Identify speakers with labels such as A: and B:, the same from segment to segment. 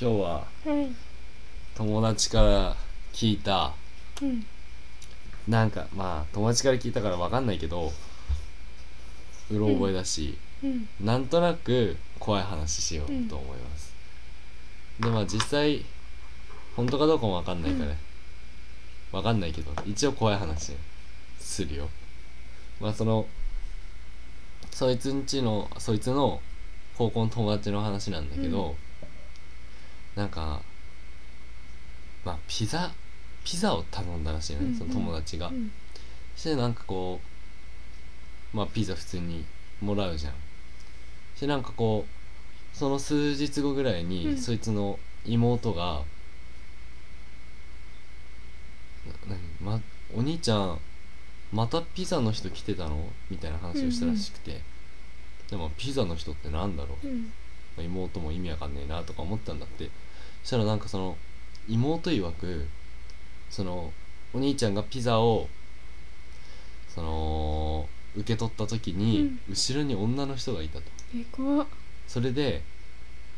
A: 今日は
B: はい。
A: 友達から聞いた
B: うん。
A: なんかまあ友達から聞いたからわかんないけどうろ覚えだし、
B: うん。
A: なんとなく怖い話しようと思います、でまあ実際本当かどうかもわかんないから、わかんないけど一応怖い話するよまあそのそいつんちのそいつの高校の友達の話なんだけど、なんかまあピザピザを頼んだらしいのね、
B: うん
A: その友達が、
B: うん。
A: そしてなんかこうまあピザ普通にもらうじゃんそしてなんかこうその数日後ぐらいに、
B: うん
A: そいつの妹が「な何まお兄ちゃんまたピザの人来てたの?」みたいな話をしたらしくて、でもピザの人ってなんだろう
B: うん。
A: 妹も意味わかんねえなとか思ったんだってそしたらなんかその妹曰くそのお兄ちゃんがピザをその受け取った時に、後ろに女の人がいたと
B: え、怖っ。
A: それで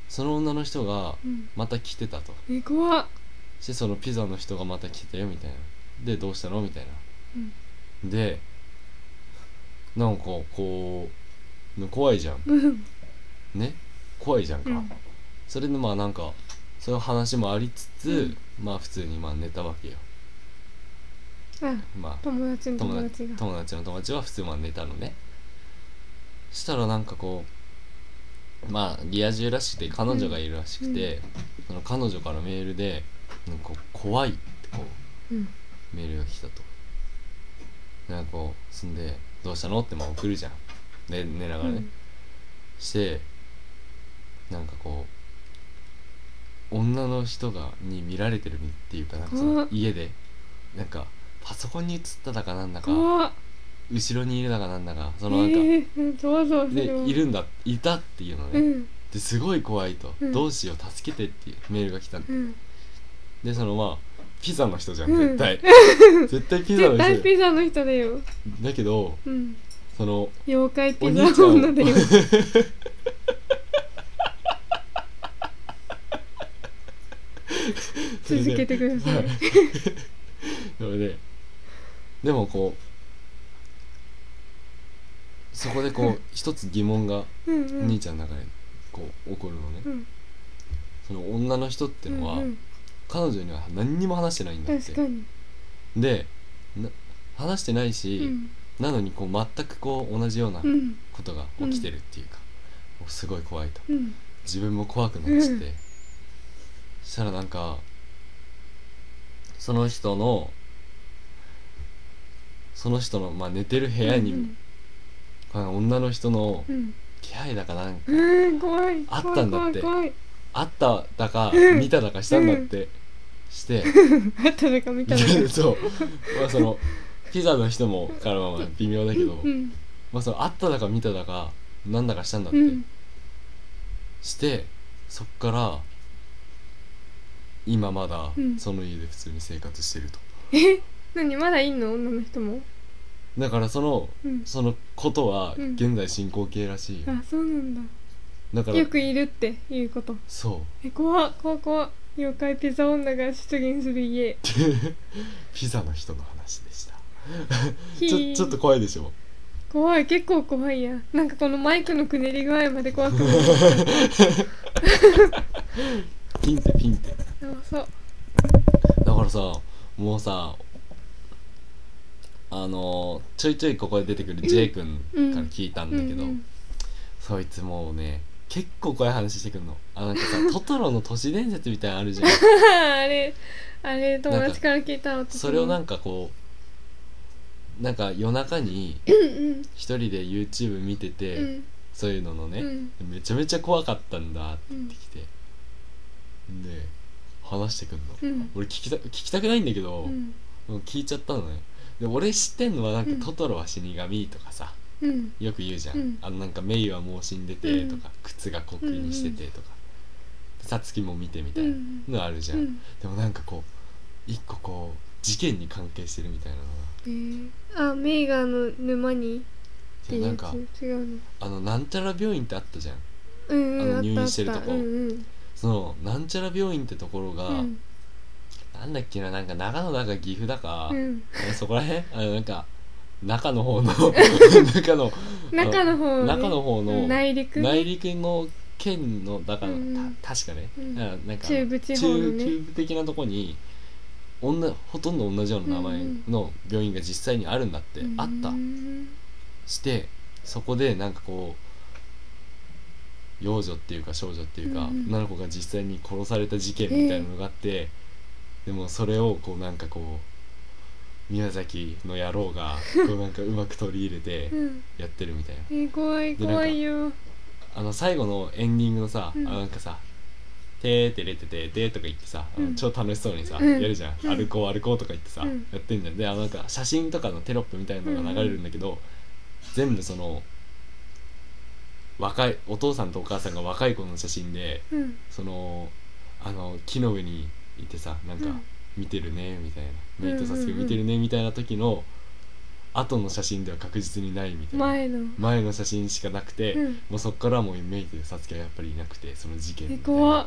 A: その女の人が
B: うん。
A: また来てたと
B: え、怖っ。
A: そしてそのピザの人がまた来てたよみたいなでどうしたのみたいな
B: うん。
A: でなんかこう怖いじゃん
B: うん。
A: ね怖いじゃんか、
B: うん
A: それでまあなんかそういう話もありつつ、
B: うん
A: まあ普通にまあ寝たわけよ
B: あ、
A: まあ
B: 友達の友達が。
A: 友達の友達は普通まあ寝たのねしたらなんかこうまあリア充らしくて彼女がいるらしくて、その彼女からメールでなんか怖いってこ
B: うん。
A: うメールが来たとなんかこうそんで「どうしたの?」ってまあ送るじゃん寝寝なが
B: う
A: らね、
B: ん。
A: してなんかこう女の人がに見られてるみっていうかなんかそ
B: 怖
A: の
B: っ
A: 家でなんかパソコンに映っただかなんだか
B: 怖っ。
A: 後ろにいるだかなんだかそのなんか、
B: ええうん。どうぞ。それは
A: でい。るんだいたっていうのね、
B: うん。
A: ですごい怖いと、
B: うん
A: どうしよう助けてっていうメールが来たの
B: うん。
A: でそのまあピザの人じゃん
B: う
A: 絶
B: ん
A: 対、絶対ピザの人
B: 絶対
A: だよ
B: ピザの人だよ。
A: だけど
B: うん。
A: その
B: 妖怪
A: お
B: ピザ
A: 兄ちゃ
B: 女
A: ん
B: だよ。
A: それ
B: 続
A: で
B: けてください。
A: それででもこうそこでこう一つ疑問が
B: うんう
A: 兄
B: ん。
A: ちゃんの中でこう起こるのね、
B: うん。
A: その女の人ってのは、
B: うんうん
A: 彼女には何にも話してないんだっ
B: 確か
A: て
B: に。
A: でな話してないし、
B: うん。
A: なのにこう全くこう同じような
B: うん。
A: ことが起きてるっていうか、もうすごい怖いと
B: うん。
A: 自分も怖くなっちゃって、
B: う
A: そしたらなんかその人のその人の、まあ、寝てる部屋に、
B: うん
A: あの女の人の
B: うん。
A: 気配だかなんか
B: うん。怖い。
A: あったんだって
B: 怖い怖い
A: あっただか
B: うん
A: 見ただかしたんだって、して
B: 怖いあったのか見たのか。
A: そうまあそのピザの人もからはまあ微妙だけど、
B: うん。
A: まあそのあっただか見ただかなんだかしたんだって、
B: うん。
A: してそっから今まだ
B: うん
A: その家で普通に生活してると、
B: え何まだいんの女の人も
A: だからその
B: うん
A: そのことは
B: うん
A: 現在進行形らしいよ、
B: あそうなん
A: だか
B: だ
A: ら
B: よくいるっていうこと
A: そう
B: え怖っ怖っ怖っ妖怪ピザ女が出現する家
A: ピザの人の話でした
B: ひ
A: ち
B: ー
A: ょちょっと怖いでしょ
B: 怖い結構怖いやなんかこのマイクのくねり具合まで怖くなっ
A: ピンってピンって
B: たあそう
A: だからさもうさあのーちょいちょいここで出てくる J 君から聞いたんだけど、
B: うん
A: そいつもうね結構怖い話してくんのあなんか さ「トトロの都市伝説」みたいなのあるじゃん
B: うんあれあれ友達から聞いた私も
A: それをなんかこうなんか夜中に
B: うんうん
A: 一人で YouTube 見てて、
B: うん
A: そういうののね、
B: うん
A: めちゃめちゃ怖かったんだって
B: う
A: 言っ
B: ん
A: てきて、で話してくんの、
B: うん
A: 俺聞きた聞きたくないんだけど、
B: うん
A: もう聞いちゃったのねで俺知ってんのはなんか、
B: うん
A: トトロは死神」とかさ
B: うん
A: よく言うじゃん、
B: うん
A: あのなんか「メイはもう死んでて」とか、
B: う
A: 靴が刻印してて」とか「さつきも見て」みたいなのあるじゃ、
B: うんん
A: でもなんかこう一個こう事件に関係してるみたいなのが
B: えーあメイガーの沼にって
A: で
B: いう
A: な
B: や
A: んか
B: つ違うの
A: あのなんちゃら病院ってあったじゃん
B: うんうん
A: あの
B: あった
A: 入
B: あ
A: 院
B: っ
A: してると
B: た
A: こ
B: うんうん
A: そのなんちゃら病院ってところが、
B: うん
A: なんだっけななんか長野だか岐阜だか、
B: うん
A: えそこら辺あのなんか中の 方の中の
B: 中の方ね
A: 中の方
B: う
A: の
B: ん内陸
A: 内陸の県のだから、
B: うんうん
A: た確かね、
B: うん
A: だからなんか
B: 中部地方のね
A: 中中部的なとこにおんなほとんど同じような名前の病院が実際にあるんだって、あった
B: うん
A: してそこでなんかこう幼女っていうか少女っていうか、
B: うんうん
A: 女の子が実際に殺された事件みたいなのがあって、でもそれをこうなんかこう宮崎の野郎がこうなんかうまく取り入れて
B: うん
A: やってるみたいな、
B: えー怖い
A: でなんか
B: 怖いよ
A: あの最後のエンディングのさ、
B: うん
A: あなんかさ「てーてれててーて」とか言ってさ、あの
B: うん
A: 超楽しそうにさ、
B: うん
A: やるじゃん「
B: うん
A: 歩こう歩こう」とか言ってさ、
B: うん
A: やってんじゃんであのなんか写真とかのテロップみたいなのが流れるんだけど、全部その若いお父さんとお母さんが若い頃の写真で
B: うん
A: そのあの木の上にいてさなん
B: う
A: か
B: ん
A: 見てるねみたいな、
B: うんうん
A: メ
B: うん
A: イとサスケ見てるねみたいな時の後の写真では確実にないみたいな
B: 前の
A: 前の写真しかなくて、
B: うん
A: もうそっからはもうメイとサツキはやっぱりいなくてその事件
B: え
A: み
B: ー
A: たい
B: 怖っ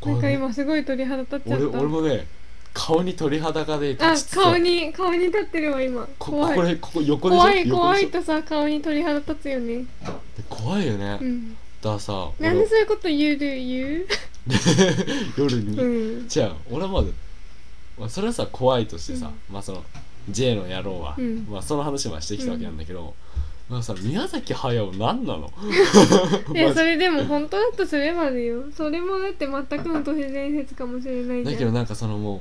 A: こ
B: な
A: れ
B: んか今すごい鳥肌立っちゃっ
A: 俺
B: た
A: 俺もね顔に鳥裸で
B: あ
A: 立ちつつ
B: 顔に顔に立ってるわ今
A: こ
B: 怖い
A: これここ横でしょ
B: 怖い怖
A: 横
B: い
A: でしょ
B: とさ顔に鳥肌立つよね
A: 怖いよね、
B: う
A: だ
B: ん
A: からさ
B: なんでそういうこと言う言う
A: 夜に、
B: うん
A: じゃあ俺はまず、まあ、それはさ怖いとしてさ、まあその J の野郎は、
B: うん
A: まあその話もしてきたわけなんだけど、まあさ宮崎駿なんなの
B: い
A: マ
B: や
A: ジ
B: それでも本当だとすればだよそれもだって全くの都市伝説かもしれないじゃん
A: だけどなんかそのもう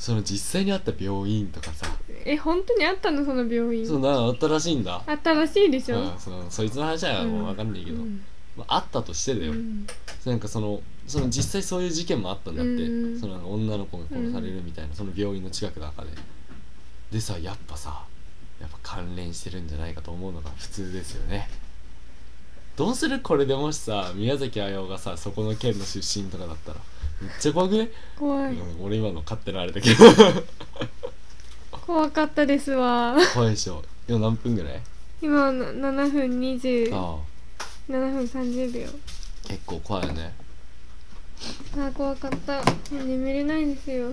A: その実際にあった病院とかさ
B: え本当にあったのその病院
A: そうなあったらしいんだ
B: あったらしいでしょ、
A: うん、そのそいつの話はもう分かんないけど、
B: うん
A: まあ、あったとしてだよ、
B: うん
A: なんかそのその実際そういう事件もあったんだって、
B: うん
A: その女の子が殺されるみたいな、その病院の近くの中ででさやっぱさやっぱ関連してるんじゃないかと思うのが普通ですよねどうするこれでもしさ宮崎駿がさそこの県の出身とかだったらめっちゃ怖くね、
B: 怖い
A: うん俺今の勝手なあれだけど
B: 怖かったですわ
A: 怖いでしょ今何分ぐらい
B: 今の7分27
A: ああ
B: 分30秒
A: 結構怖いよね
B: あー怖かった眠れないですよ、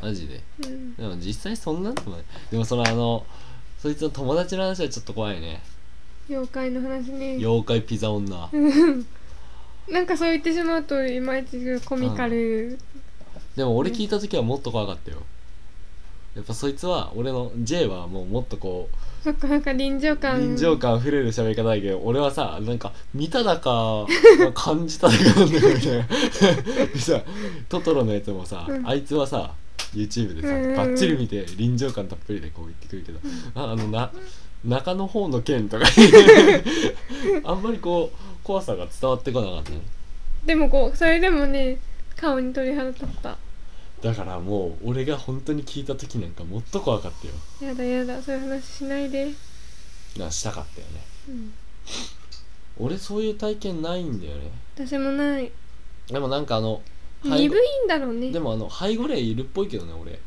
A: マジで
B: うん、
A: でも実際そんなんでもないでもそのあのそいつの友達の話はちょっと怖いね
B: 妖怪の話ね
A: 妖怪ピザ女
B: なんかそう言ってしまうといまいちコミカル、
A: でも俺聞いた時はもっと怖かったよやっぱそいつは俺の J はもうもっとこう
B: そっかなんか臨場感
A: 臨場感あふれる喋り方だけど俺はさなんか見ただか 感じただかなんだよみたいな でさトトロのやつもさ、
B: うん
A: あいつはさ YouTube でさ、
B: うんうんうん
A: バッチリ見て臨場感たっぷりでこう言ってくるけど、ああのな中の方の剣 とかあんまりこう怖さが伝わってこなかったね
B: でもこうそれでもね顔に鳥肌立った
A: だからもう俺が本当に聞いた時なんかもっと怖かったよ
B: やだやだそういう話しないで、
A: なしたかったよね
B: うん、
A: 俺そういう体験ないんだよね
B: 私もない
A: でもなんかあの
B: 鈍
A: 背
B: いん
A: 後
B: だろうね
A: でもあの背後霊いるっぽいけどね俺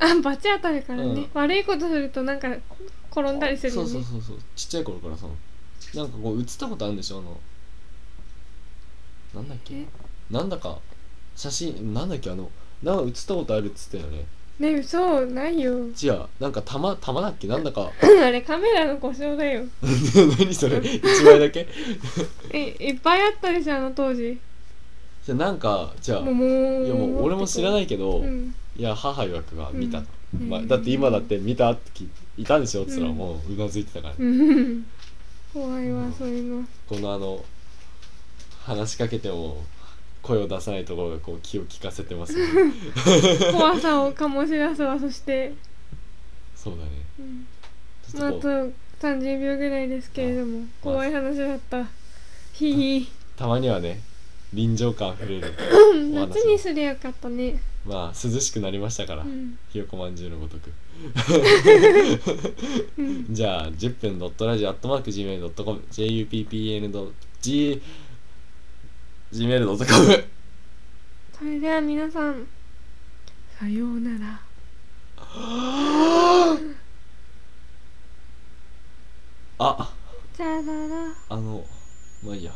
B: あバチ当たるからね、
A: うん
B: 悪いことするとなんか転んだりする
A: そ
B: よ
A: う
B: ね
A: そうそうそうちっちゃい頃からそのなんかこう映ったことあるんでしょあのなんだっけ
B: え
A: なんだか写真なんだっけあのなんか映ったことあるっつったよね
B: ねそうない よ
A: 違うなんか玉玉だっけなんだ か
B: あれカメラの故障だよ
A: 何それ一枚だけ
B: えいっぱいあったでしょあの当時
A: じゃあなんかじゃあ
B: もうもう
A: いやもう俺も知らないけど、
B: うん
A: いや母曰くが見た、
B: うん
A: まあ、
B: うん
A: だって今だって見たって聞いいたんでしょっつったらもううなずいてたから、
B: うん怖いわそういうの
A: このあの話しかけても声を出さないところがこう気を利かせてますよ ね
B: 怖さを醸し出すわそして、
A: そうだね
B: うん
A: ち
B: まあ、
A: ょ
B: あ
A: っと
B: と
A: こう
B: 30秒ぐらいですけれども
A: あまあ
B: 怖い話だったひひ
A: たまにはね臨場感あふれるお話
B: 夏にすりゃよかったね
A: まあ涼しくなりましたから、
B: うん
A: ひよこまんじゅうのごとく
B: うん
A: じゃあ10分ドットラジオアットマーク Gmail.com JUPPN ドッ G Gmail.com
B: それでは皆さんさようなら
A: あ
B: じゃらら
A: あのまあいいや